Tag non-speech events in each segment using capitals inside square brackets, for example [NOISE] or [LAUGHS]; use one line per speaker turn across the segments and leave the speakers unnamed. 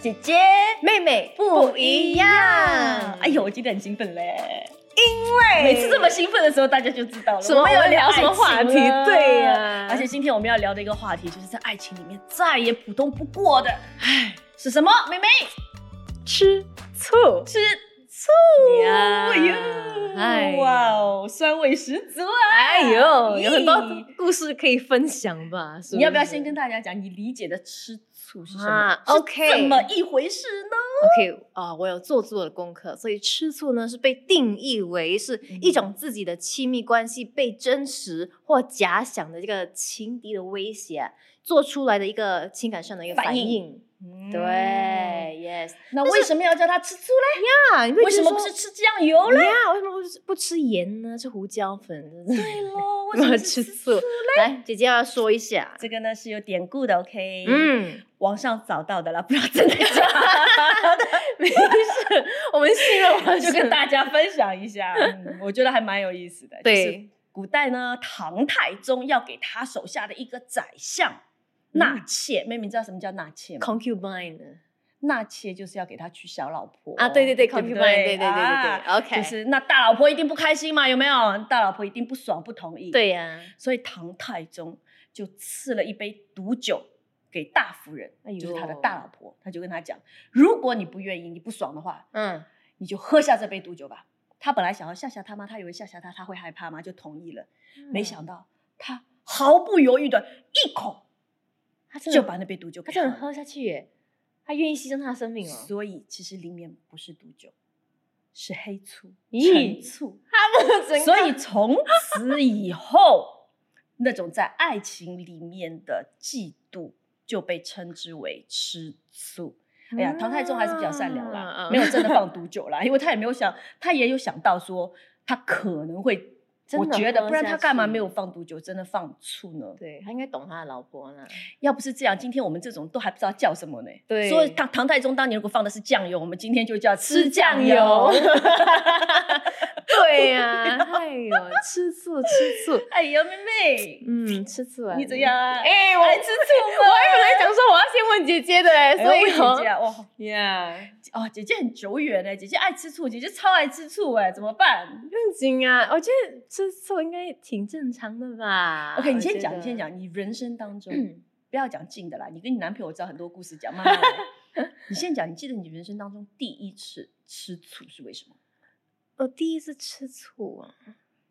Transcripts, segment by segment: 姐姐
妹妹
不一样。
哎呦，我今天很兴奋嘞！
因为
每次这么兴奋的时候，大家就知道了
什么
我们要聊什么话题啊
爱情了。
对呀、而且今天我们要聊的一个话题，就是在爱情里面再也普通不过的，唉，是什么？妹妹
吃醋，
吃醋
呀
哎呦
哎
哇哦，酸味十足啊！
哎呦，有很多
咦
故事可以分享吧？是
你要不要先跟大家讲你理解的吃醋是什么、
啊
是
？OK
怎么一回事呢？
OK 啊、我有做足了功课，所以吃醋呢是被定义为是
嗯
一种自己的亲密关系被真实或假想的这个情敌的威胁做出来的一个情感上的一个
反
反应。
应
对、y e s
嗯那为什么要叫他吃醋嘞？
啊，你会
为什么不是吃酱油嘞？
呀啊为什么不吃不吃盐呢？吃胡椒粉？
对
[LAUGHS]
喽，为
为
什
什么
么
嗯吃
吃
醋
醋？？
来，姐姐要说一
[LAUGHS]
下。
这个呢是有典故的，OK？，
嗯，
网上找到的啦，不知道真的
[LAUGHS]
假的，
没事，我们信任我
就
[LAUGHS]
跟大家分享一下。嗯我觉得还蛮有意思的。就是
对，
古代呢，唐太宗要给他手下的一个宰相
嗯
纳妾，妹妹你知道什么叫纳妾吗？
concubine
纳妾就是要给他娶小老婆
啊，对对对
不
，concubine，对对对对
啊
对，OK，
就是那大老婆一定不开心嘛，有没有？大老婆一定不爽，不同意。
对呀，
所以唐太宗就赐了一杯毒酒给大夫人，
哎呦
就是他的大老婆，他就跟他讲，如果你不愿意，你不爽的话，
嗯，
你就喝下这杯毒酒吧。他本来想要吓吓他妈，他以为吓吓他他会害怕嘛，就同意了。没想
嗯
到他毫不犹豫的一口
他真
就
的
把那杯毒酒
他
给
真的
喝了。
喝下去耶，他愿意牺牲他的生命哦。
所以其实里面不是毒酒，是黑醋、
咦
陈醋。
他
所以从此以后，那种在爱情里面的嫉妒就被称之为吃醋。
嗯
哎呀，唐太宗还是比较善良啦，没有真的放毒酒啦，因为他也没有想，他也有想到说他可能会，
真
我
的
觉得
喝
不然
下
他干嘛
去
没有放毒酒，真的放醋呢？
对他应该懂他的老婆呢。
要不是这样，今天我们这种都还不知道叫什么呢。
对
所以唐唐太宗当年如果放的是酱油，我们今天就叫吃酱
吃
油
酱。对呀，哎呦，吃醋吃醋，
[LAUGHS] 哎呀，妹妹，
嗯，吃醋啊，
[LAUGHS] 你怎样啊？
哎、我
爱吃醋吗？
我还本来想说我要先问姐姐的、哎，所
所以
以
姐姐啊，哇
呀，
哦，姐姐很久远哎，姐姐爱吃醋，姐姐超爱吃醋哎，怎么办
不用紧啊，我觉得吃醋应该挺正常的吧。
？OK，你先
我觉
讲，
得
你先。讲，你人生当中
嗯
不要讲近的啦，你跟你男朋友我知道很多故事讲，慢 [LAUGHS] 慢来你先讲，你记得你人生当中第一次吃醋是为什么？
[CLEARS THROAT] 我第一次吃醋啊，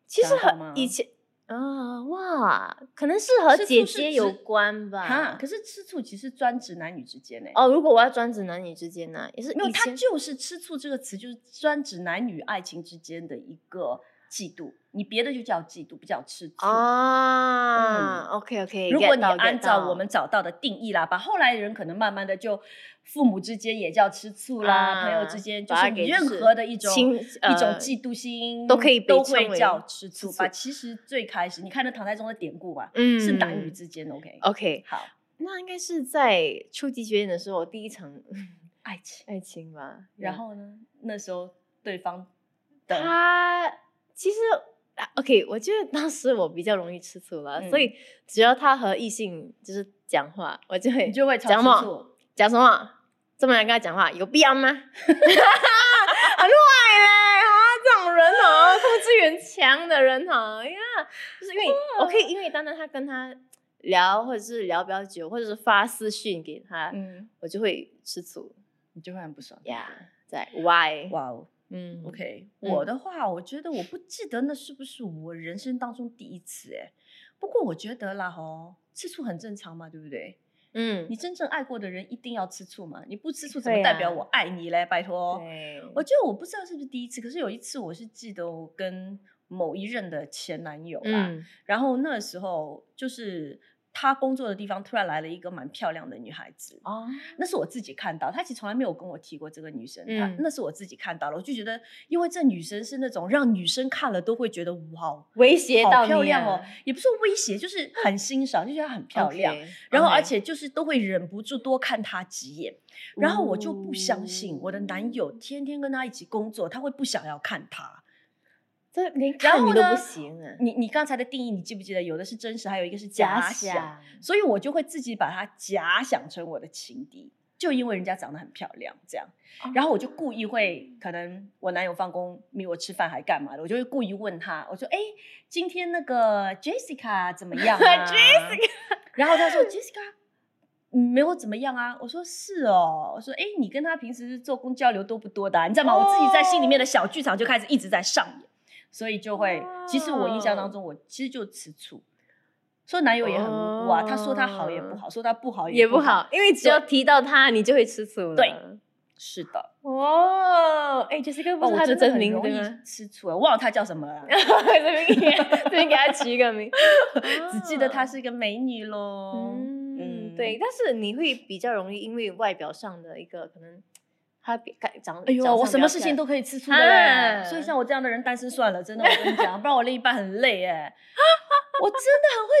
其实
想到吗
和以前啊哇，可能是和
吃醋
姐
是
姐
指
有关
哈
吧，
可。是吃醋其实专指男女之间哎。
哦，如果我要专指男女之间呢，也是
没有，
以
它
前
就是“吃醋”这个词，就是专指男女爱情之间的一个嫉妒。你别的就叫嫉妒，不叫吃醋。
啊，OK OK，
嗯如果你按照我们找到的定义啦，把后来人可能慢慢的就父母之间也叫吃醋啦，
啊
朋友之间就
把它
是你
给
任
是
何的一种
亲
一种
呃
嫉妒心
都可以被
都
称
会
为
叫吃醋
醋
吧。其实最开始你看那唐太宗的典故吧，
嗯哦
是男女之间 OK。
OK，
好，
那应该是在初级学院的时候，我第一场
爱情。
爱情吧，
然
嗯
后呢，那时候对方的
他其实啊 OK，我觉得当时我比较容易吃醋了，所
嗯
以只要他和异性就是讲话，我就会
你就会超
讲
吃
什么
醋。
讲什么，这么难跟他讲话，有必要吗？ [LAUGHS] 很坏嘞，啊，这种人哦，控制欲很强的人哦，哎呀，就是因为我可以，因为当当他跟他聊，或者是聊比较久，或者是发私讯给他，
嗯，
我就会吃醋
你就会很不爽。
呀。在 why？
哇哦
嗯
，OK，
嗯
我的话，我觉得我不记得那是不是我人生当中第一次哎，不过我觉得啦吼，吃醋很正常嘛，对不对？
嗯
你，真正爱过的人一定要吃醋嘛，你不吃醋怎么
对
代表
啊
我爱你嘞？拜托，
对
我觉得我不知道是不是第一次，可是有一次我是记得我跟某一任的前男友啦，
嗯
然后那时候就是他工作的地方突然来了一个蛮漂亮的女孩子，
哦，
那是我自己看到，她其实从来没有跟我提过这个女生，她
嗯
那是我自己看到了，我就觉得，因为这女生是那种让女生看了都会觉得哇，哦
威胁到
好
你
漂亮哦
啊，
也不是说威胁，就是很欣赏，就觉得她很漂亮
OK，
然后
OK
而且就是都会忍不住多看她几眼，然后我就不相信我的男友
哦
天天跟她一起工作，他会不想要看她。
这连
然
看你
后
都
呢
不行啊，
你你刚才的定义你记不记得？有的是真实，还有一个是假想，
想
所以我就会自己把它假想成我的情敌。就因为人家长得很漂亮这样，然后我就故意会，可能我男友放工没我吃饭还干嘛的，我就会故意问他，我说：“哎，今天那个 Jessica 怎么样、啊、
Jessica
然后他说：“Jessica 嗯没有怎么样啊。”我说：“是哦。”我说：“哎，你跟他平时做工交流多不多的、啊？”你知道吗？
哦
我自己在心里面的小剧场就开始一直在上演，所以就会，其实我印象当中，我其实就吃醋。说男友也很无辜啊，他说他好也不好，说他不好
也
不
不好，因为只要提到他，你就会吃醋了。
对是的，
哦，哎，Jessica 不
哦，
是
我
他
真
真
很
名
容
对
易
吗？，
吃醋，我忘了她叫什么了，
[LAUGHS] 这边给这边给他取一个名
[LAUGHS] 只记得她 [LAUGHS] 是一个美女喽。
嗯，
哦嗯
对，但是你会比较容易因为外表上的一个可能，他比看长，
哎呦，
长
我
相
什
比
么
较
事情都
漂亮
可以 [LAUGHS] 吃醋的
啊
嘞，所以像我这样的人单身算了，真的，我跟你讲，不然我另一半很累哎。 [LAUGHS] 我真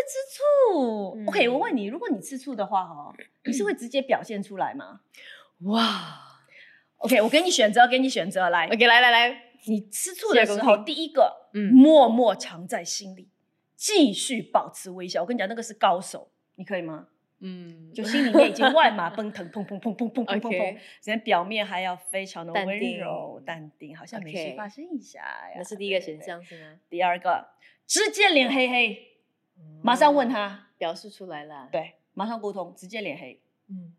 的很会吃醋。
嗯
OK，我问你，如果你吃醋的话，哦，你是会直接表现出来吗
哇。
？OK，我给你选择，给你选择，来，
OK，来来来，
你吃醋的时
谢谢
候，
恭喜
第一个，
嗯
默默藏在心里，继续保持微笑。我跟你讲，那个是高手，你可以吗？
嗯，
就心里面已经万马奔腾，砰砰砰砰砰砰砰砰
OK，
然后表面还要非常的
淡
温
定
柔淡定，好像没事
OK
发生一下啊呀。
那是第一个
对
选。项是吗
对？第二个，直接脸黑黑，马上问他，
表示出来了。，
对，马上沟通，直接脸黑。
嗯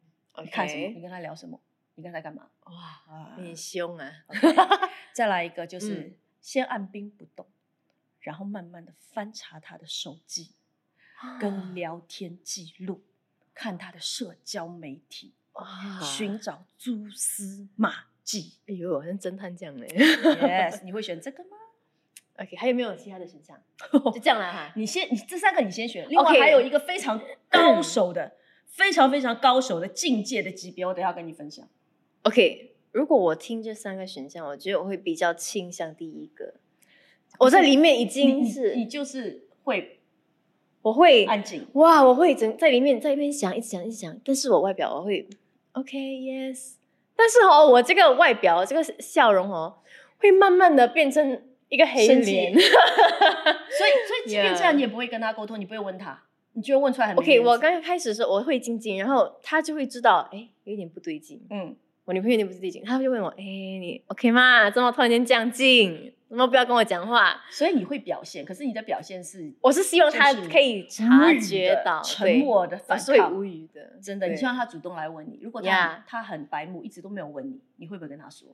你看什么？你
，OK，
跟他聊什么？你跟他干嘛？
哇，
啊
你很凶啊！
OK [LAUGHS] 再来一个就是
嗯
先按兵不动，然后慢慢的翻查他的手机跟聊天记录，看他的社交媒体。
哇，
寻找蛛丝马迹。
哎呦，好像侦探这样
[LAUGHS]
嘞。
Yes，你会选这个吗？
OK，还有没有其他的选项？就这样
[LAUGHS]
了哈。
[LAUGHS] 你先，你这三个你先选，另外
OK
还有一个非常高手的、非常非常高手的境界的级别，我等一下跟你分享。
OK，如果我听这三个选项，我觉得我会比较倾向第一个。我在里面已经
你
是
你啊你就是会
我会
安静，
哇，我会整在里面在一边想，一直想，一直想。但是我外表我会 OK yes，但是哦，我这个外表这个笑容哦，会慢慢的变成一个黑
生气
脸。 [LAUGHS]
所以所以即便
Yeah
这样，你也不会跟他沟通，你不会问他，你就会问出来很明
OK，
显
我刚开始的时候我会静静，然后他就会知道，哎，有点不对劲。
嗯，
我女朋友有点不对劲，他就问我，哎，你 OK 吗？怎么突然间降静？怎么不要跟我讲话？
所以你会表现，可是你的表现是
我是希望他
就是
可以
无
察
语的
觉到
沉默的反
所以
抗
无语的，
真的，你
对
希望他主动来问你。如果他很
Yeah
他很白目，一直都没有问你，你会不会跟他说？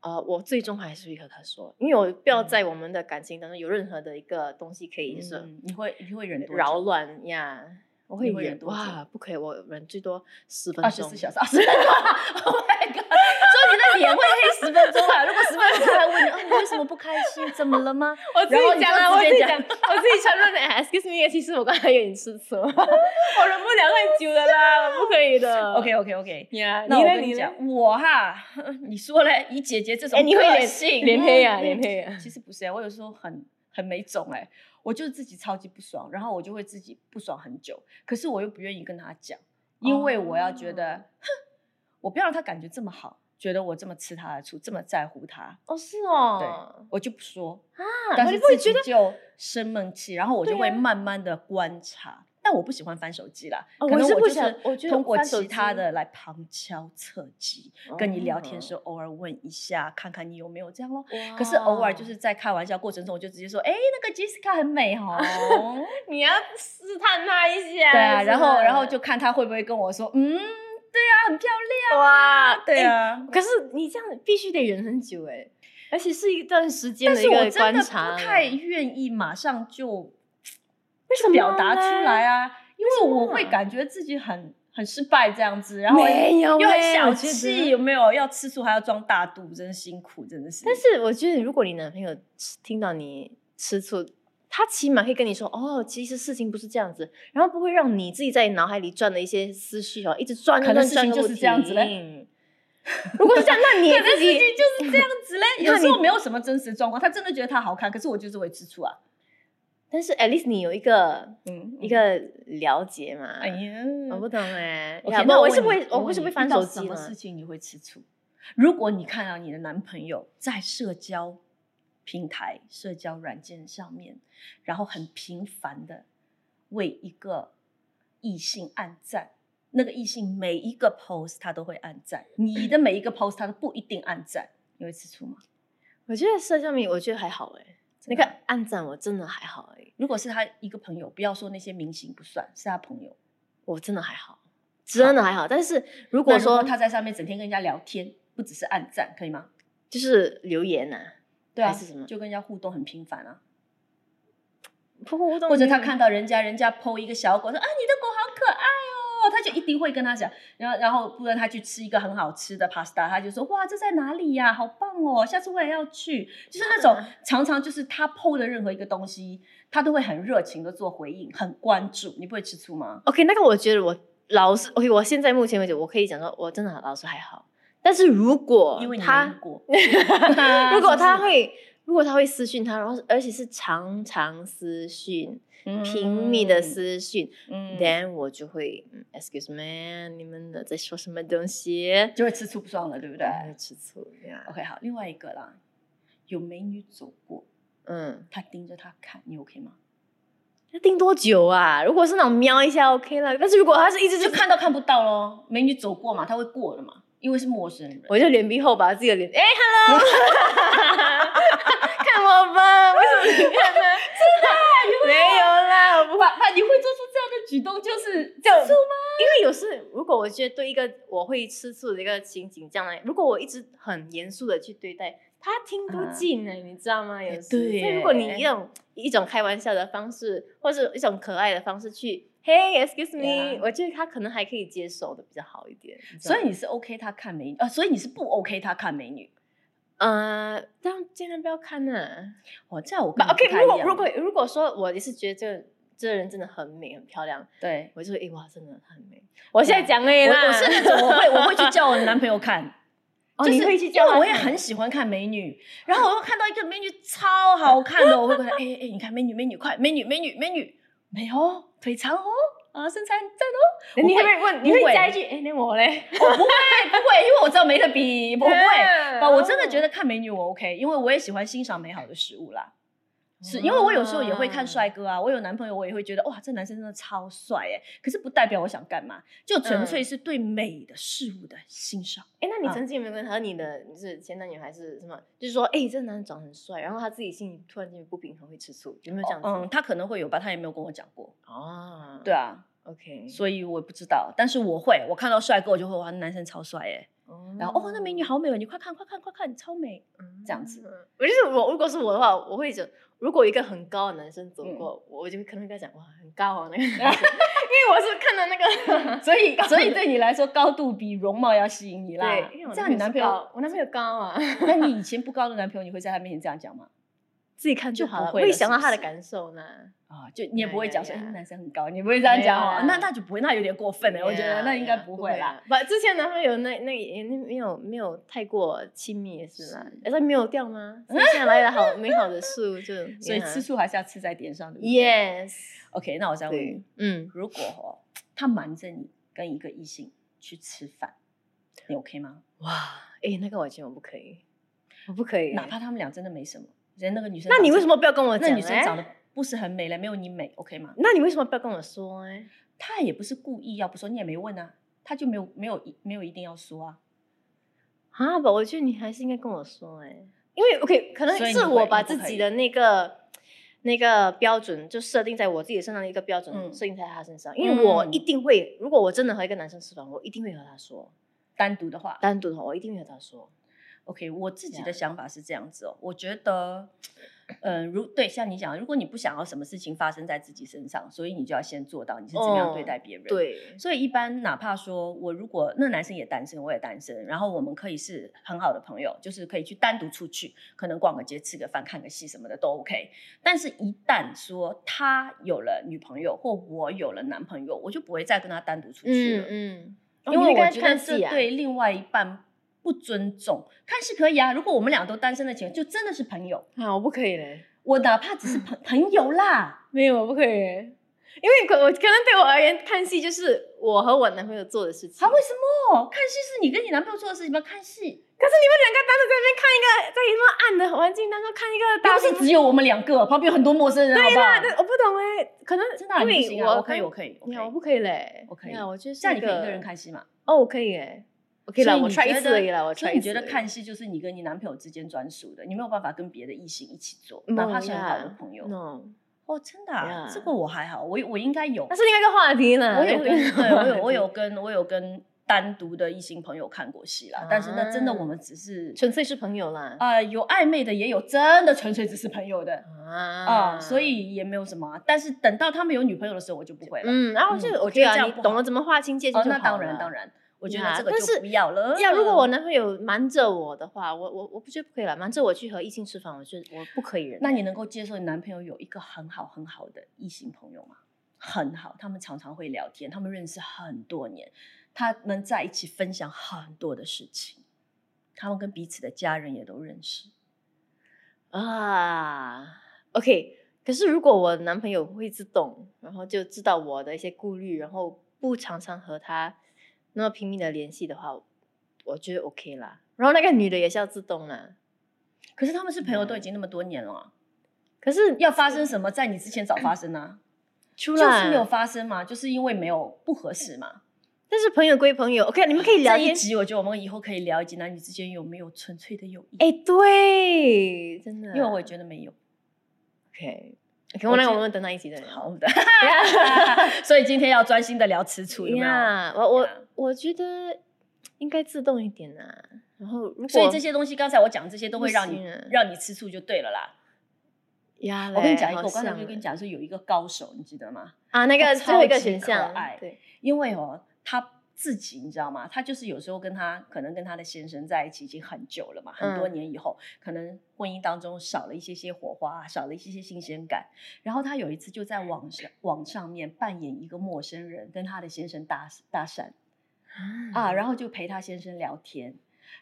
呃，我最终还是会和他说，因为我不要在我们的感情当中有任何的一个东西可以就是
嗯嗯你会你会忍多久
扰乱呀。我会
你会
忍
忍多久
哇，不可以，我忍最多十分
二十
钟
四。小时，二十分钟，Oh my god！所以你的脸会黑十分钟啊？如果十分钟他还问你，啊，你为什么不开心？怎么了
[LAUGHS]
吗？
我自己讲
然
啊，
后
我
你
自
就直
己
接
讲，
讲
我自己承认的。哎 Excuse me，其实我刚才有点吃醋，我忍不了太久的啦，我不可以的。
OK OK OK。
呀，
那
哎你
我
呢
跟
你
你
呢
讲，我哈， [LAUGHS] 你说嘞，以姐姐这种
哎你会
个
脸
性
脸黑啊
[LAUGHS] 嗯
脸黑啊
其实不是哎，我有时候很很没种哎，我就是自己超级不爽，然后我就会自己不爽很久，可是我又不愿意跟他讲，因为我要觉
哦
得，哼，我不要让他感觉这么好，觉得我这么吃他的醋，这么在乎他，
哦是哦，
我就不说。
啊
但
我
是
就不会
自己
觉得
就生闷气，然后我就
对
会
啊
慢慢的观察。但我不喜欢翻手机啦，
哦
可
我
能
是
我
不
就
想我觉
是
得
通过
翻手
其他
机
的来旁敲侧击，跟你聊天的时
候，
候偶尔问一下，看看你有没有这样咯。
哇
可是偶
哦
尔就是在开玩笑过程中，我就直接说，哎，那个 Jessica 很美
[LAUGHS]
哦，
你要试探他一下。
对啊，
是
然后
吧
然后就看他会不会跟我说，嗯，对啊，很漂亮，
哇，
对
哎
啊。
可是你这样必须得忍很久哎，而且是一段时间
但
的
是
一
我
个
真的
观
不
察。
太愿意马上就
为什么
表达出来
啊？
啊，因为我
什么
会感觉自己很很失败这样子，然后
啊没有
又很
欸
小
我觉得
气，有没有？要吃醋还要装大度，真辛苦，真的是。
但是我觉得，如果你男朋友吃听到你吃醋，他起码可以跟你说哦，其实事情不是这样子，然后不会让你自己在脑海里转的一些思绪哦，一直转
可
转
能
转
事情
转个
就是这样子嘞
嘞。如果是这样，那你也
可能
自
事情
己
就是这样子嘞，
[LAUGHS]
有
那
时
你
候没有什么真实状况，他真的觉得他好看，可是我就是会吃醋啊。
但是 at least 你有一个
嗯，
一个了解嘛。
哎呀，
我不懂哎、
OK，
呀
那
不，我
问
是不
你
会，我不
问
是
你
会翻
遇到
手
什
机
么
嘛。
事情你会吃醋？如果你看到你的男朋友在社交平台、社交软件上面，然后很频繁的为一个异性暗赞，那个异性每一个 post 他都会按赞，你的每一个 post 他都不一定按赞。有一次出吗？
我觉得社交媒体，我觉得还好哎、那个暗赞我真的还好哎、
如果是他一个朋友，不要说那些明星不算，是他朋友。
我真的还好，真的还好。但是如果
那如
说
果他在上面整天跟人家聊天，不只是按赞，可以吗？
就是留言呐、
对啊，
还是什么
就跟人家互动很频繁啊，
不过我懂
或者
你
他看到人家人家 PO 一个小狗，说啊你的狗好可爱哦，他就一定会跟他讲，然后然后不然他去吃一个很好吃的 pasta，他就说哇这在哪里呀、好棒哦，下次我也要去，就是那
[LAUGHS]
种
啊
常常就是他 PO 的任何一个东西，他都会很热情的做回应，很关注，你不会吃醋吗？
OK，那个我觉得我老师 OK，我现在目前为止我可以讲说我真的老师还好，但是如果
因为你没 [LAUGHS] 遇
他
过，
[LAUGHS] 如果他
是不
会如果他会私讯他，然后是而且是常常私讯、
是
频密的，私讯、
[LAUGHS] 嗯
t h e n 我就会嗯 Excuse me，你们的在说什么东西？
就会吃醋不爽了，对不对
我会吃醋呀，
？OK，好，另外一个啦，有美女走过，
嗯，
他盯着他看，你 OK 吗？
那定多久啊？如果是那种瞄一下 OK 了，但是如果他是一直
就
就看， [LAUGHS]
看到看不到咯，美女走过嘛，他会过了嘛，因为是陌生人。
我就脸皮厚，把自己的脸，哎，hello，看我吧，为什么你看呢？真的 [LAUGHS] 没有啦，我不
爸爸，你会做出这样的举动，就是
就
吃醋
因为有时如果我觉得对一个我会吃醋的一个情景这样来，如果我一直很严肃的去对待，他听不进呢、你知道吗？
嗯
有时，
哎对
所以如果你用一种开玩笑的方式，或是一种可爱的方式去。Hey, excuse me，、
Yeah
我觉得他可能还可以接受的比较好一点。你知道
所
吗
以你是 OK 他看美女，呃，所以你是不 OK 他看美女。
呃，但尽量不要看呐、
哦，这样我
不
跟你不
，OK，
太一
如果
样
如果如果说我也是觉得这个这个人真的很美很漂亮，
对，
我就会诶、哇，真的很美。我现在讲哎、
我
欸，
我是那种我会我会去叫我男朋友看。
哦
就是
你会去
因
叫
为
他
我也
看
很喜欢看美女，然后我又看到一个美女超好看的，我会 [LAUGHS] 过来，哎哎，你看美女美女快美女美女美女，没有腿长哦，啊身材很赞哦，我
哎你
会 [LAUGHS]
会不会问？你
不
会
会
加一句：“哎、那我 [LAUGHS] 嘞
我不会不会，因为我知道没得比，
[LAUGHS]
我不 [LAUGHS] 会。
嗯
但我真的觉得看美女我 OK，因为我也喜欢欣赏美好的事物啦。是因为我有时候也会看帅哥啊，我有男朋友，我也会觉得哇，这男生真的超帅哎、可是不代表我想干嘛，就纯粹是对美的事物的欣赏。
哎、那你
啊
曾经有没有跟和你的就是前男友还是什么？就是说，哎、这男的长得很帅，然后他自己心里突然间不平衡，会吃醋，有没有这样子？
嗯，他可能会有吧，他也没有跟我讲过。
哦，
对啊，
，OK，
所以我不知道，但是我会，我看到帅哥我就会哇，男生超帅哎、然后哦，那美女好美哦，你快看快看快看，超
[LAUGHS]
美。这样子
嗯。我就是我，如果是我的话，我会觉得，如果一个很高的男生走过，我就可能会跟他讲：“哇，很高啊，那 [LAUGHS] 个男生。”因为我是看到那个
所以，所以对你来说，高度比容貌要吸引你啦。
[LAUGHS] 对，因为我
这样你男朋友
高，我男朋友高啊，
那你以前不高的男朋友，你会在他面前这样讲吗？
自己看就
就
好
不
了，
会
会
了
想
是
到
不
他的
是
感受 [LAUGHS] 呢。
啊，就你也
呀
不会
呀
讲说、
呀
哎男生很高，你不会这样讲
没
哦
有。啦
那那就不会，那有点过分了。我觉得那应该不会啦。。
啊不，之前男朋友那那也那没有没有太过亲密也是啦，但是没有掉 [LAUGHS] 吗？所以现在来的好美好的事物就
所
啊
以吃。醋还是要吃在点上，对不对
Yes，
OK，那我再问你
对，，嗯，
如果哦，他瞒着你跟一个异性去吃饭，你 OK 吗？
哇，哎，那个完全我不可以，我不可以。
哪怕他们俩真的没什么，人那个女生，
那你为什？么不要跟我
那
讲？
女生
哎
长得不是很美了，没有你美，OK 吗？
那你为什么不要跟我说？哎，
他也不是故意要不说，你也没问啊，他就没有没有一没有一定要说啊。
啊，宝，我觉得你还是应该跟我说，哎，因为 OK，可能
所以
是
你
我
会
把
你不
自
可
己
以
的那个。那个标准就设定在我自己身上的一个标准，
嗯
设定在他身上，因为我一定会，如果我真的和一个男生吃饭，我一定会和他说，
单独的话
单独的话，我一定会和他说。
，OK，我自己
对
的
啊
想法是这样子哦，我觉得，呃，如对像你讲，如果你不想要什么事情发生在自己身上，所以你就要先做到你是怎么样对
哦
待别人。。
对，
所以一般哪怕说我如果那男生也单身，我也单身，然后我们可以是很好的朋友，就是可以去单独出去，可能逛个街、吃个饭、看个戏什么的都 OK。但是，一旦说他有了女朋友或我有了男朋友，我就不会再跟他单独出去
嗯
了，
嗯，
因为
你会跟
我
他
觉得
看戏
这
啊
对另外一半不尊重。看是可以啊，如果我们俩都单身的情况，就真的是朋友，
[LAUGHS] 啊，我不可以嘞，
我哪怕只是
嗯
朋朋友啦。啊
没有，我不可以嘞，因为可我可能对我而言，看戏就是我和我男朋友做的事情
啊，。为什么看戏是你跟你男朋友做的事情吗？看戏
可是你们两个当时在那边看一个，在那么暗的环境当中看一个
又
大
[LAUGHS] 不是只有我们两个，旁边有很多陌生人，好
对
不
啦，
好？
但我不懂哎、可能
真的啊
因
你不
为
行啊，我可以，
跟
我可以，我可
你
以
看我不可以嘞，
我可以
你看我就是
这样你可以
个
一个人看戏嘛？
哦，我可以哎，OK
所
啦，
以
我
你觉
try 一次
得
而已啦，我 try
所以
一
你
次
觉得
而已
看戏就是你跟你男朋友之间专属的，你没有办法跟别的异性一起做，
No
哪怕是很好的
yeah，
朋友。
？No，
哦，真的、啊
Yeah 啊
这个我还好，我我应该有，
那是另外一个话题呢。
我有
那
跟
是另外
[LAUGHS] 对
一个
我
话
有
[LAUGHS] 题
我有跟我有跟单独的异性朋友看过戏
啊
啦，但是那真的我们只是
纯粹是朋友啦。
呃有暧昧的，也有真的纯粹只是朋友的啊、
啊
所以也没有什么啊、但是等到他们有女朋友的时候，我就不会了。
嗯，然后就
嗯
我
觉
觉
得这
得啊
样
你
不好
懂得怎么划清界限
哦，
就
那
好
当然嗯
了
当。然，我觉得
呀
这个
但
就是不啊要了。
要如果我男朋友瞒着我的话，我我我不觉得不可以了。瞒着我去和异性吃饭，我是我不可以忍。
那你能够接受你男朋友有一个很好很好的异性朋友吗？很好，他们常常会聊天，他们认识很多年，他们在一起分享很多的事情，他们跟彼此的家人也都认识。
啊，OK。可是如果我男朋友会自动，然后就知道我的一些顾虑，然后不常常和他那么拼命的联系的话，我觉得 OK 啦。然后那个女的也是要自动啊啦。
可是他们是朋友都已经那么多年了啊，
可是
要发生什么在你之前早发生 [CLEARS THROAT] 啊？
出
就
来
是没有发生嘛，就是因为没有不合适嘛。
但是朋友归朋友，OK，你们可以聊
这一
天。
集我觉得我们以后可以聊一集男女之间有没有纯粹的友谊，
哎，对，真的，
因为我也觉得没有。
OK。OK，我那
觉
个
得
我们等到一起再聊。
好，我们的， [LAUGHS] 所以今天要专心的聊吃醋，有没有？
呀，我我
Yeah
我觉得应该自动一点啊。然后，如果
所以这些东西，刚才我讲这些都会让
不
你
行啊
让你吃醋就对了啦。
呀嘞，
我跟你讲一个，
好
我刚才
像欸
就跟你
嘞
讲说有一个高手，你记得吗？
啊，那
他
个最后一
超
个
级
选
可
项
爱，
对，
因为哦，他自己你知道吗？他就是有时候跟他可能跟他的先生在一起已经很久了嘛，很多
嗯
年以后，可能婚姻当中少了一些些火花，少了一些些新鲜感。然后他有一次就在网
[LAUGHS]
上网上面扮演一个陌生人，跟他的先生搭搭讪。啊，然后就陪他先生聊天，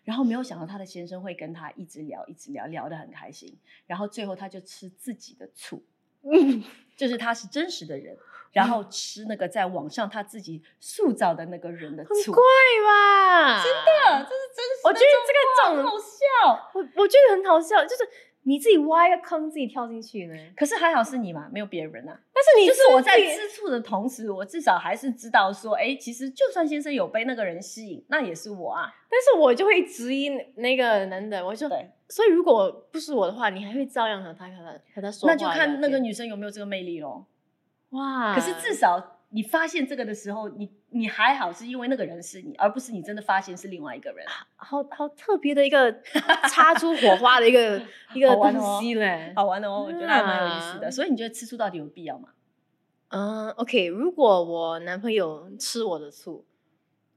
然后没有想到他的先生会跟他一直聊，一直聊，聊得很开心，然后最后他就吃自己的 [LAUGHS] 醋，
嗯
就是他是真实的人，然后吃那个在网上他自己塑造的那个人的醋，
很怪吧？真
啊，
的，
这是真实
我
的
觉得
状
这
况
个种
好笑。
我我觉得很好笑，就是你自己挖一个坑，自己跳进去呢。
[LAUGHS] 可是还好是你嘛，没有别人啊。
但是你
就是我在
自己
吃醋的同时，我至少还是知道说，哎，其实就算先生有被那个人吸引，那也是我啊。
但是我就会质疑那个男的，我就
对，
所以如果不是我的话，你还会照样和他和他和他说话
那
聊
就
天，
看那个女生有没有这个魅力喽。
哇。
可是至少你发现这个的时候，你你还好，是因为那个人是你，而不是你真的发现是另外一个人。
好好特别的一个 [LAUGHS] 擦出火花的一个一
[LAUGHS]
个
好玩
东
哦
西嘞。
好玩哦，我觉得还蛮有意思
啊
的。所以你觉得吃醋到底有必要吗？
嗯，OK，如果我男朋友吃我的醋，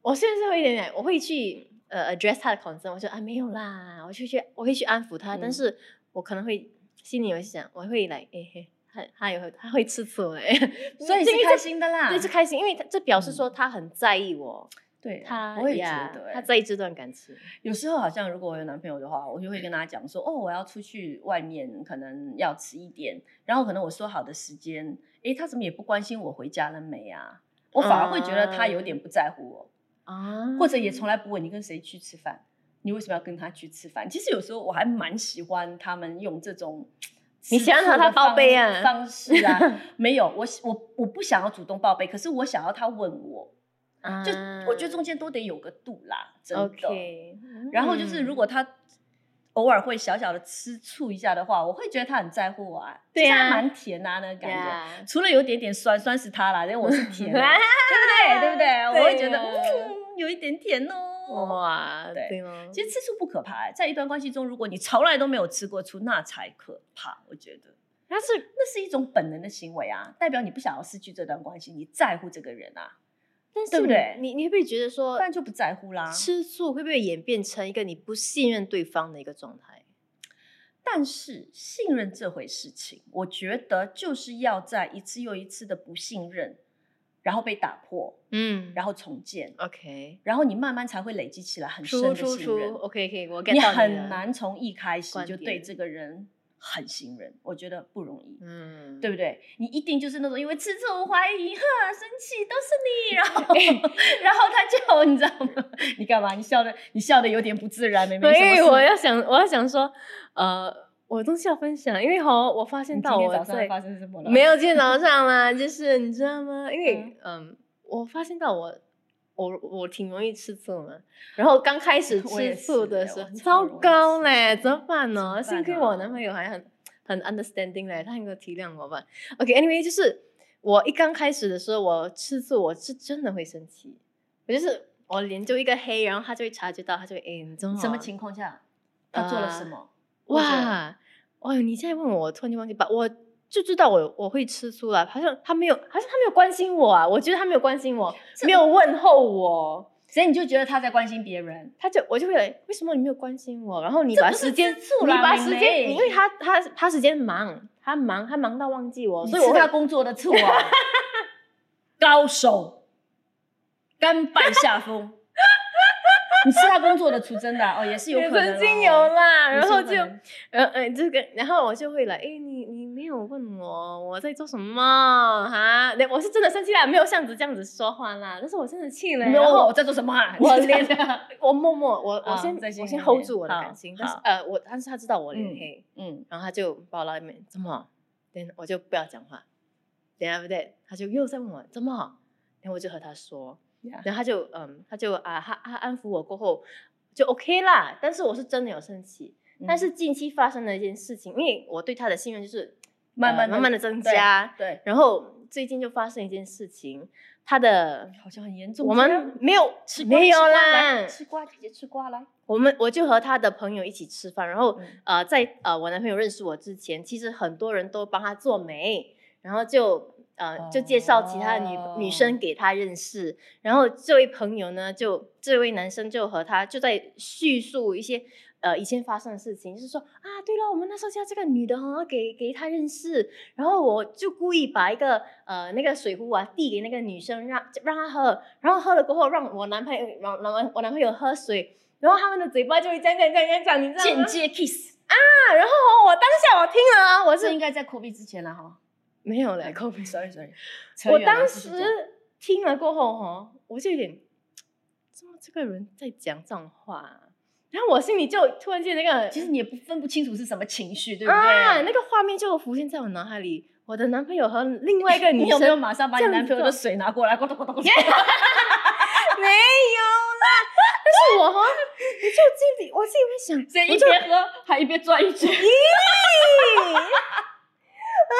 我现在是会有一点点，我会去呃 address 他的 concern，我说啊没有啦，我就去我会去安抚他，
嗯
但是我可能会心里有想，我会来诶、嘿，他他也会他会吃醋哎、 [LAUGHS]
所以是
这因为
开
这
心的啦。
对，是开心，因为他这表示说他很在意我，
对
他
我也觉
呀
得欸
他在意这段感情。
有时候好像如果我有男朋友的话，我就会跟他讲说，哦，我要出去外面，可能要迟一点，然后可能我说好的时间，诶，他怎么也不关心我回家了没啊？我反而会觉得他有
嗯
点不在乎我。
啊
或者也从来不问你跟谁去吃饭，你为什么要跟他去吃饭？其实有时候我还蛮喜欢他们用这种
你
吃
喜欢
醋
和他
的
报
方
备啊
方式
[LAUGHS]
啊。没有，我喜我我不想要主动报备，可是我想要他问我，
啊
就我觉得中间都得有个度啦，真的。
嗯 OK，嗯
然后就是如果他偶尔会小小的吃醋一下的话，我会觉得他很在乎我啊，
对
其实还
啊
蛮甜啊那个感觉。
感，
除了有点点酸，酸是他啦，因为我是甜的对
[LAUGHS]
不对？对不对？我会觉得
对啊
嗯，有一点甜哦。
哇，
对
对吗？
其实吃醋不可怕、在一段关系中，如果你从来都没有吃过醋，那才可怕。我觉得
他是，
那是一种本能的行为啊，代表你不想要失去这段关系，你在乎这个人啊，
但是
对不
你
对
你你会不会啊觉得
不
说，
然就不在乎啦。
吃醋会不会演变成一个你不信任对方的一个状态？
但是信任这回事情，我觉得就是要在一次又一次的不信任，然后被打破，
嗯
然后重建，
OK，
然后你慢慢才会累积起来很深
出
的
出
信
出
任。
，OK，可以，我 get
你
到
很
了
难从一开始
观
就对
点
这个人狠心人，我觉得不容易。
嗯，
对不对？你一定就是那种因为吃醋、怀疑、哈、生气都是你，然后
[LAUGHS]
然后他就你知道吗？ [LAUGHS] 你干嘛？你笑的你笑的有点不自然，没没
所
什么
以
事。
我要想，我要想说，呃，我有东西要分享，因为哈，我发现
你
到
今天
我
早上
在
发生什么了？
没有今天早上啦，就是你知道吗？因为嗯，我发现到我。我我挺容易吃醋嘛，然后刚开始
[LAUGHS] 我也
吃
是
醋的
哎
时候，
我超
糟
容易
糕
吃
嘞，
醋
怎么办
怎么
呢？
办
幸亏
啊
我男朋友还很很 understanding 嘞，他能够体谅我吧。OK，anyway，、就是我一刚开始的时候，我吃醋，我是真的会生气，我就是我脸就一个黑，然后他就会察觉到，他就会哎，你怎么
什么情况下他做
呃
了什么？或者
哇，哦，你现在问我，我突然就忘记把我。就知道我我会吃醋了，好像他没有，好像他没有关心我啊，我觉得他没有关
[LAUGHS]
心我，没有问候我，
所以你就觉得他在关心别人，
他就我就会来，为什么你没有关心我？然后你
这
把
不是
时间，
吃醋
你
啦
把
妹
时间，
妹
你因为他他他时间忙，他忙他忙到忘记我，
你
所以我
吃
会
他工作的醋啊！ [LAUGHS] 高手，甘拜下风。 [LAUGHS] 你吃他工作的醋，真的啊、哦，也是有可能、哦。
曾经有啦，
也
然
是有
后
可能，
就呃呃，这个，然后我就会来，哎，你你没有问我我在做什么哈？那我是真的生气啦，没有像子这样子说话啦，但是我真的气了。
没有
然后
我在做什么、啊？[LAUGHS]
我
你是这样
连我默默，我我
啊
先
在心
我
里
先
面
hold 住我的
好
感情，但是
好
呃，我但是他知道我脸
嗯
黑，
嗯，
然后他就把我拉里面，怎么？等我就不要讲话。等下不对，他就又在问我怎么，然后我就和他说，然后他就嗯，他就啊，他他安抚我过后就 OK 啦。但是我是真的有生气，
嗯
但是近期发生的一件事情，因为我对他的信任就是
慢慢
呃慢慢的增
对
加，
对，
然后最近就发生一件事情，他的
好像很严重。
我
这样
们没有
吃瓜
没有
吃瓜
啦
来，吃瓜姐姐吃瓜来。
我们我就和他的朋友一起吃饭，然后、
嗯
呃，在呃我男朋友认识我之前，其实很多人都帮他做媒，然后就呃就介绍其他女、女生给他认识，然后这位朋友呢，就这位男生就和他就在叙述一些。呃，以前发生的事情，就是说啊，对了，我们那时候叫这个女的哦，给给他认识，然后我就故意把一个呃那个水壶啊递给那个女生，让让她喝，然后喝了过后，让我男朋友让让我男朋友喝水，然后他们的嘴巴就会讲讲讲讲讲，你知道吗
间？接 kiss，
啊，然后哦我当下我听了啊，我
这
是
应该在 COVID 之前了哈。
没有嘞，啊
Sorry Sorry，
我当时听了过后哈，我就有点，怎么这个人在讲这种话啊、然后我心里就突然间那个，
其实你也不分不清楚是什么情绪，对不
啊，
对？
那个画面就浮现在我脑海里，我的男朋友和另外一个女
你
生，[LAUGHS]
有没有马上把你
这样
男朋友的水拿过来？咕咚咕咚咕咚。
没有啦，但是我哈，你就自己，我自己会想，
所以一边喝还一边转一圈，
咦， [LAUGHS] 啊，很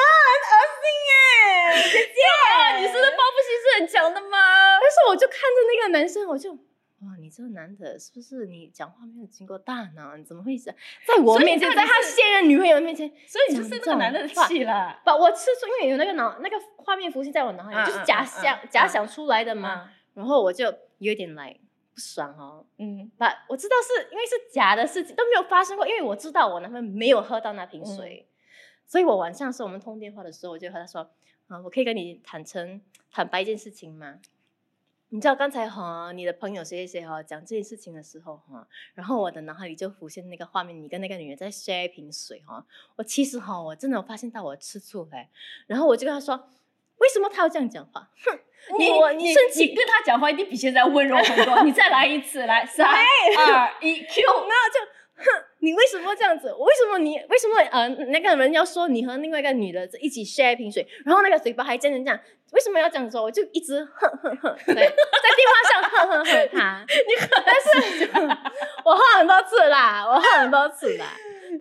恶心哎，姐姐，
你是的报复心是很强的吗？
但是我就看着那个男生，我就。哇，你这个男的是不是你讲话没有经过大脑？你怎么会想在我
所以
面前，
到
在
底
他
是
现任女朋友面前
所以你就是那个男的的气啦。
把我吃醋？因为有那个脑那个画面浮现在我脑海里，
嗯
就是
嗯
假
嗯
想、
嗯
假
嗯
想出来的嘛。
嘛，
然后我就有点来不爽哦，
嗯，
把我知道是因为是假的事情都没有发生过，因为我知道我男朋友没有喝到那瓶水，所以我晚上的时候我们通电话的时候，我就和他说，啊、我可以跟你坦诚坦白一件事情吗？你知道刚才和你的朋友谁谁谁哈讲这件事情的时候哈，然后我的脑海里就浮现那个画面，你跟那个女人在 share 一瓶水哈。我其实哈，我真的有发现到我吃醋嘞，然后我就跟他说，为什么他要这样讲话？
你
我你
你
生气
你跟他讲话一定比现在温柔很 [LAUGHS] 多。你再来一次，来三二一 Q， [LAUGHS]
然后就哼，你为什么这样子？为什么你为什么呃那个人要说你和另外一个女的一起 share 一瓶水，然后那个嘴巴还这样这样，为什么要这样说？我就一直哼哼哼，对，在电话上哼哼哼他，你但是 [LAUGHS] 我哼很多次啦，我哼很多次啦。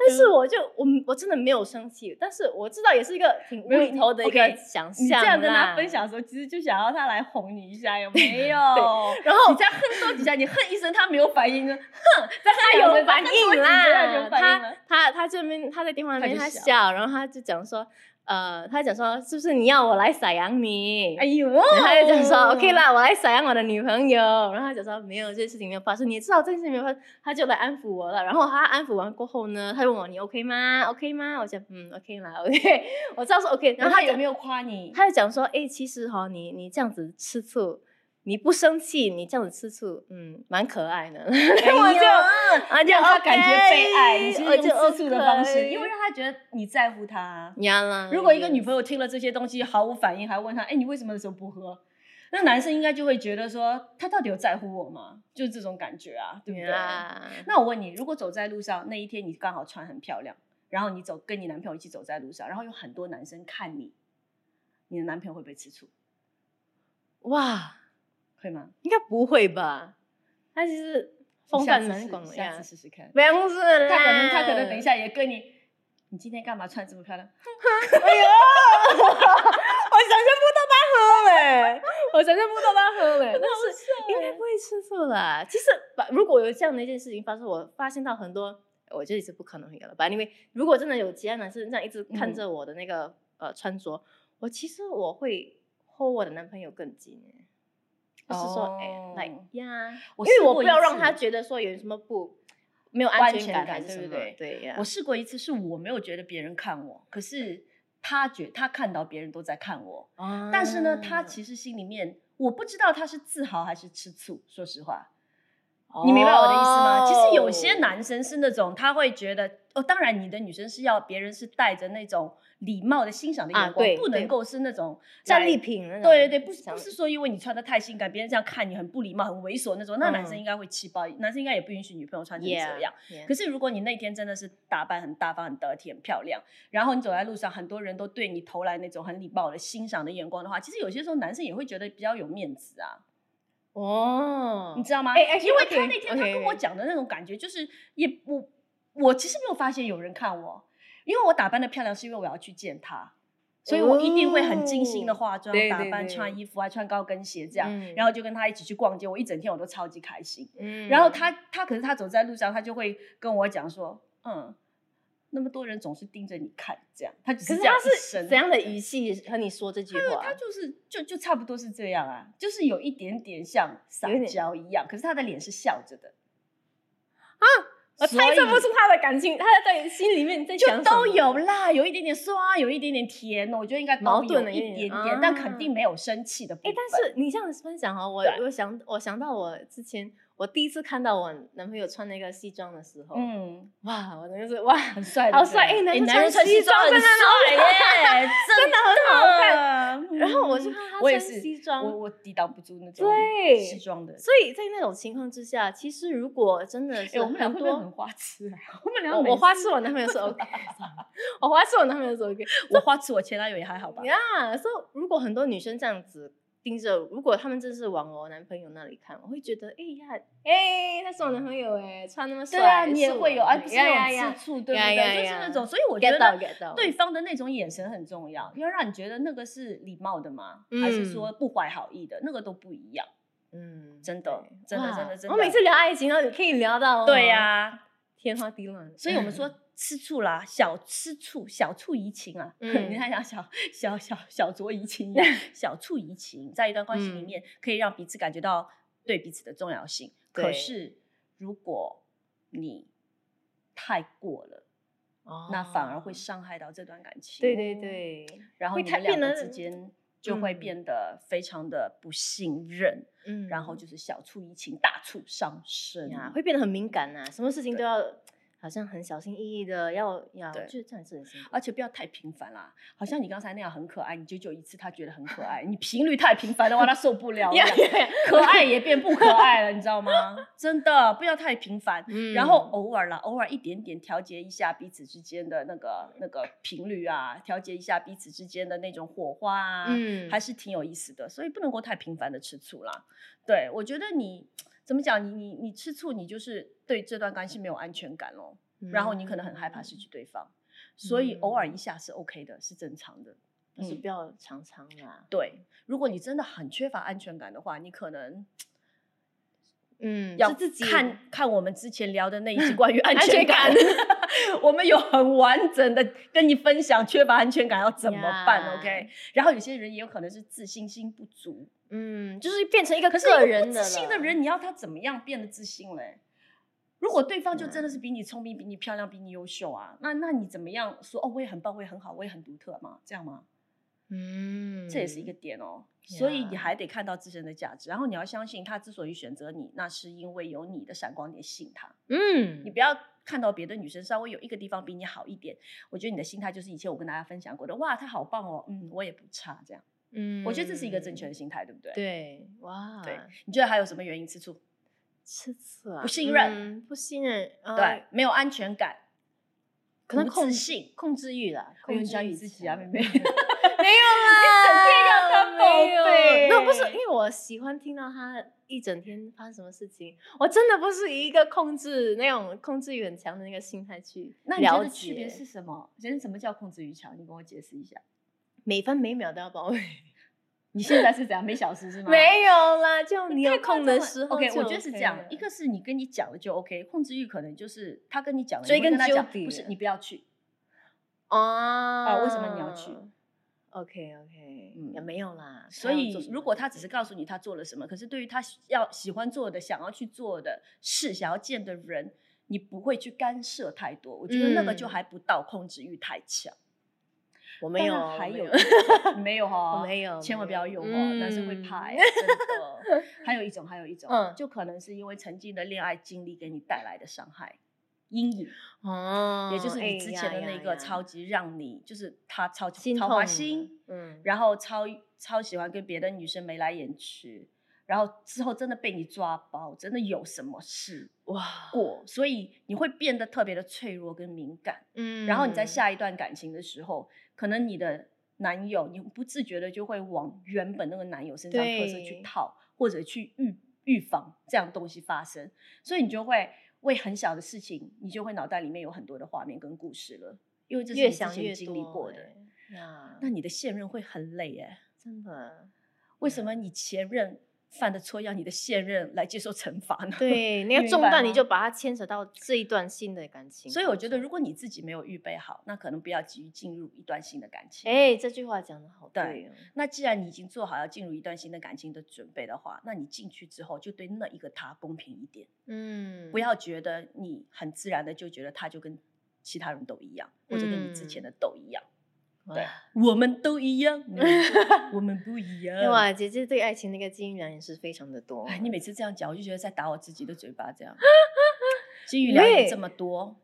但是我就我我真的没有生气，但是我知道也是一个挺无
没有
厘头的一个
OK，
想象
你这样跟
啦
他分，享的时候，其实就想要他来哄你一下，有没有？
对然后
你再哼多几下，你哼一声他没有反应呢，
他
哼，
有反应啦，
有反应
他
了。
他他这边他在电话那边
他
他
就
笑，然后他就讲说，呃，他讲说是不是你要我来撒养你？
哎呦，
然后他就讲说 OK，啦，我来撒养我的女朋友。然后他讲说没有，这件事情没有发生，你也知道这件事情没有发生，他就来安抚我了。然后他安抚完过后呢，他就问我你 OK 吗？OK 吗？我讲嗯 OK 啦 OK，我知道是 OK。然
然
后
后
他
他
就
[LAUGHS] 有没有夸你？
他就讲说，哎、其实哈、你你这样子吃醋，你不生气，你这样子吃醋，嗯，蛮可爱的。
哎
我就 [LAUGHS]
呀
啊，这样
让他
OK，
感觉被爱，你是
我
用
就
吃醋的方
OK 嗯
式，因为让他觉得你在乎他啊。
呀啦。
如果一个
呀
女朋友听了这些东西毫无反应，还问他：“哎，你为什么那时候不喝？”那男生应该就会觉得说，他到底有在乎我吗？就是这种感觉啊，对不对？
呀
那我问你，如果走在路上那一天你刚好穿很漂亮，然后你走跟你男朋友一起走在路上，然后有很多男生看你，你的男朋友会不会吃醋？
哇，
会吗？
应该不会吧？他其实风
下
范
次
蛮
试
广的
下
呀
次，试试看。
不用是啦。
他可能他可能等一，下也跟你，你今天干嘛穿这么漂亮？
哎呦，我想象不到他喝嘞，我想象不到他喝
[LAUGHS]
嘞，但是应该不会吃醋啦。其实把如果有这样的一件事情发生，我发现到很多，我这里是不可能有了吧？因为如果真的有其他男生这样一直看
嗯
着我的那个、呃穿着，我其实我会 hold 我的男朋友更紧耶。就是说，哎、
哦
来呀，
我
因为
试
我
过
不
一
要让他
次
觉得说有什么不没有
安
安
全
感
感
还是
对
什
不
么，
对
对呀，
我试过一次，是我没有觉得别人看我，可是他觉他看到别人都在看我，
啊
但是呢，他其实心里面我不知道他是自豪还是吃醋，说实话。你明白我的意思吗？其实有些
哦
男生是那种他会觉得哦，当然你的女生是要别人是带着那种礼貌的欣赏的
啊
眼光，
对
不能
对
够是那种
战
来
利。品那种，
对对对，不是
想
不是说因为你穿的太性感，别人这样看你很不礼貌、很猥琐那种，那男生
嗯
应该会气爆，男生应该也不允许女朋友穿成这
Yeah，
样。
yeah
可是如果你那天真的是打扮很大方、很得体、很漂亮，然后你走在路上，很多人都对你投来那种很礼貌的欣赏的眼光的话，其实有些时候男生也会觉得比较有面子啊，
哦，
你知道吗？
哎哎
因为他
OK，
那天他跟
OK，
我讲的那种感觉，就是也我我其实没有发现有人看我，因为我打扮的漂亮是因为我要去见他。所以我一定会很精心的化妆、
哦对
打
对
扮、
对
穿衣服，还啊穿高跟鞋这样，
嗯
然后就跟他一起去逛街。我一整天我都超级开心。
嗯
然后他他可是他走在路上，他就会跟我讲说，嗯，那么多人总是盯着你看，这样，他只
可是
这样
他
一
是
生
怎样的啊语气和你说这句
他
话？
他就是就就差不多是这样啊，就是有一点点像撒
有一点
娇一样，可是他的脸是笑着的，
啊我猜测
所以
不出他的感情，他在心里面在想
就
什
都
么
有啦，有一点点酸，有一点点甜，我觉得应该都
矛盾
有
的
一
一点
点点，但
啊
肯定没有生气的部
哎、
分。
但是你这样子分享哦，我
对
我想我想到我之前我第一次看到我男朋友穿那个西装的时候，
嗯，
哇，我真的是哇， [LAUGHS]
很帅的，
好
对不
帅
对
哎男
哎
生
男人
穿
穿
西
西装
装
很
真的很
帅耶， [LAUGHS] 真
真的很好看。
的嗯
然后我就看他
我也
穿
是
西装
我我抵挡不住那种
对
西装的。
所以在那种情况之下，其实如果真的
哎，
是
我们俩
很
会不会
多，
很花痴啊？ [LAUGHS] 我们俩
我
每
我
次
花痴我男朋友
[LAUGHS]
是 OK，我花痴我男朋友是 OK，
我花痴，我前男友也还好吧？
呀，所以如果很多女生这样子盯着，如果她们真是往我男朋友那里看，我会觉得，哎呀，哎，他是我男朋友哎，穿那么
嗯
帅，
对啊，你也
是我
会有，
男
哎，
朋
不
友
是
呀呀
那种
呀
吃醋，对不
呀呀
对？就是
呀
那种，所以我觉
，get 到
得
get 到，
对，方的那种眼神很重要，要让你觉得那个是礼貌的吗？
嗯
还是说不怀好意的？那个都不一样。
嗯，
真的
对
真的
哇
真的真
我
的
每次聊爱情，然后你可以聊到，
对，呀，
天花地乱，
哦所以我们说吃醋啦，小吃醋，小醋怡情啊。 [LAUGHS]
嗯
你看像小小小小酌怡情一
[LAUGHS]
样，小醋怡情，在一段关系
嗯
里面可以让彼此感觉到对彼此的重要性。可
对
是如果你太过了，
哦，
那反而会哦伤害到这段感情。
对对。对，
然后
会
你
太
们两
变
个
得
之间就会
嗯
变得非常的不信任，
嗯，哎
然后就是小醋怡情，大醋伤身啊
呀，会变得很敏感呐，什么事情
对
都要好像很小心翼翼的，要要，
对
就是这样子很辛苦。
而且不要太频繁啦，好像你刚才那样很可爱，你久久一次，他觉得很可爱，你频率太频繁的话，他受不了了
呀呀
[LAUGHS]
呀
可爱也变不可爱了，你知道吗？真的不要太频繁，
嗯
然后偶尔啦，偶尔一点点调节一下彼此之间的那个那个频率啊，调节一下彼此之间的那种火花啊，
嗯
还是挺有意思的。所以不能够太频繁的吃醋啦。对，我觉得你怎么讲，你你你吃醋，你就是对这段关系没有安全感咯，然
嗯
后你可能很害怕失去对方，所以偶尔一下是 OK 的，是正常的。
但是
嗯
不要常常啦。
对，如果你真的很缺乏安全感的话，你可能
嗯
要
是自己
看看我们之前聊的那一
[LAUGHS]
集关于安
安
全
全
感 [LAUGHS]
感，
我们有很完整的跟你分享缺乏安全感要怎么办
呀
，OK？然后有些人也有可能是自信心不足，
嗯，就是变成一个
可是
个
一个
人
不
的
自信的
了
人，你要他怎么样变得自信嘞？如果对方就
嗯
真的是比你聪明、比你漂亮、比你优秀啊，那那你怎么样说？哦，我也很棒，我也很好，我也很独特嘛，这样吗？
嗯，
这也是一个点哦。
Yeah
所以你还得看到自身的价值，然后你要相信他之所以选择你，那是因为有你的闪光点吸引他。你
嗯，
不要看到别的女生稍微有一个地方比你好一点，我觉得你的心态就是以前我跟大家分享过的，哇，她好棒哦，嗯，我也不差，这样，
嗯，
我觉得这是一个正确的心态，对不对？，
对，啊哇，
对你觉得还有什么原因吃醋？
吃醋啊，
不信任
嗯不信任，呃
对，，没有安全感，
可能
不
控
自
制
信，
控制欲啦，
哎呦你
控制
讲
欲
你自己啊，
强
妹妹，
[LAUGHS] 没有啦，
你整天要他宝
没有
贝
那不是因为我喜欢听到他一整天发生什么事情，我真的不是以一个控制那种控制欲很强的那个心态去
那你觉
了
得区别是
解，
什么？觉得什么叫控制欲强？你跟我解释一下。
每分每秒都要保卫。
[LAUGHS] 你现在是怎样？每小时是吗？
[LAUGHS] 没有啦，就你
太
有
夸
空
张
的
了
时候
，OK，
就
我觉得是
OK
这样
了。
一个是你跟你讲了就 OK，控制欲可能就是他跟你讲了，
追
你会跟
根
他
究
讲，
底
不是
了
你不要去，
哦
为什么你要去
？OK OK，
嗯
哦也没有啦。
所
他要做
以
什，么
如果他只是告诉你他做了什么，可是对于他喜要喜欢做的、想要去做的事、想要见的人，你不会去干涉太多。我觉得那个就
嗯
还不到控制欲太强。
我没有
当
哦，
然还
我
有一
没有
种没有哈，
我 [LAUGHS] 没有
千万不
没有
要用哦，
嗯
男生会怕
[LAUGHS]
欸。真的还有一种，还有一种
嗯，
就可能是因为曾经的恋爱经历给你带来的伤害。阴影，
[LAUGHS] 哦，
也就是
哎
你之前
呀
的
呀
那个
呀
超级让你，就是他超级
心
超
痛
花
了
心，，
嗯，
然后超超喜欢跟别的女生眉来眼去，然后之后真的被你抓包，真的有什么事
哇，
过，所以你会变得特别的脆弱跟敏感。
嗯，
然后你在下一段感情的时候，可能你的男友你不自觉的就会往原本那个男友身上特色去
对
套，或者去预预防这样东西发生，所以你就会为很小的事情，你就会脑袋里面有很多的画面跟故事了，因为这是
越
你之
想越
前经历
多
过的。
哎呀，
那你的现任会很累哎、
真的
为什么你前任犯的错要你的现任来接受惩罚呢？，
对，你要
明
中
白
断，你
吗
就把它牵扯到这一段新的感情当中。
[LAUGHS] 所以我觉得如果你自己没有预备好，那可能不要急于进入一段新的感情。
哎，这句话讲的好
对
对哦，
那既然你已经做好要进入一段新的感情的准备的话，那你进去之后就对那一个他公平一点，
嗯，
不要觉得你很自然的就觉得他就跟其他人都一样，或者跟你之
嗯
前的都一样。对
哇，
我们都一样，你们
[LAUGHS]
都我们不一样。
哇，姐姐对爱情那个经验也是非常的多。哦
哎，你每次这样讲，我就觉得在打我自己的嘴巴，
[LAUGHS]
这样。金鱼聊了这
喂
么多，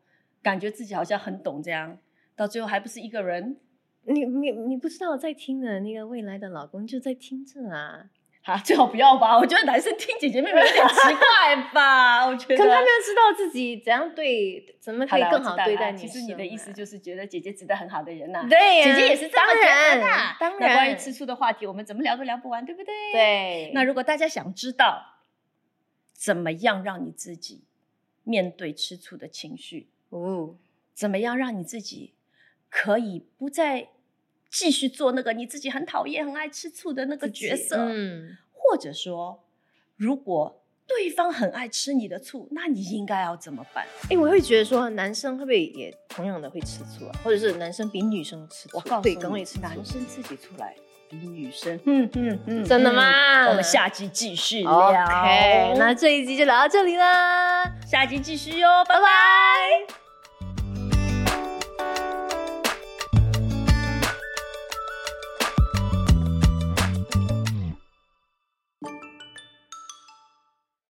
感觉自己好像很懂这样，到最后还不是一个人
你你你不知道在听的那个未来的老公就在听着啊，
啊？最好不要吧，我觉得男生听姐姐妹妹有点奇怪吧，我觉
可
得。
能他们要知道自己怎样对，怎么可以
啦
更
我知
好
道
对
啦
待女
其
生。啊
实你的意思就是觉得姐姐值得很好的人呐、
对呀，
姐姐也是这么
当
觉得
然
的。
当
那
然。
关于吃醋的话题，我们怎么聊都聊不完，对不对？。
对，
那如果大家想知道怎么样让你自己面对吃醋的情绪，
哦，
怎么样让你自己可以不再继续做那个你自己很讨厌、很爱吃醋的那个
自己
角色，
嗯，
或者说，如果对方很爱吃你的醋，那你应该要怎么办？
哎，我会觉得说，男生会不会也同样的会吃醋啊？或者是男生比女生吃醋？
我告诉
对，
你，
更会吃醋。
男生自己出来比女生，嗯嗯嗯
真的？
嗯
吗？
我们下集继续聊哦
OK，那这一集就聊到这里啦，
下集继续哟，拜拜。
拜拜。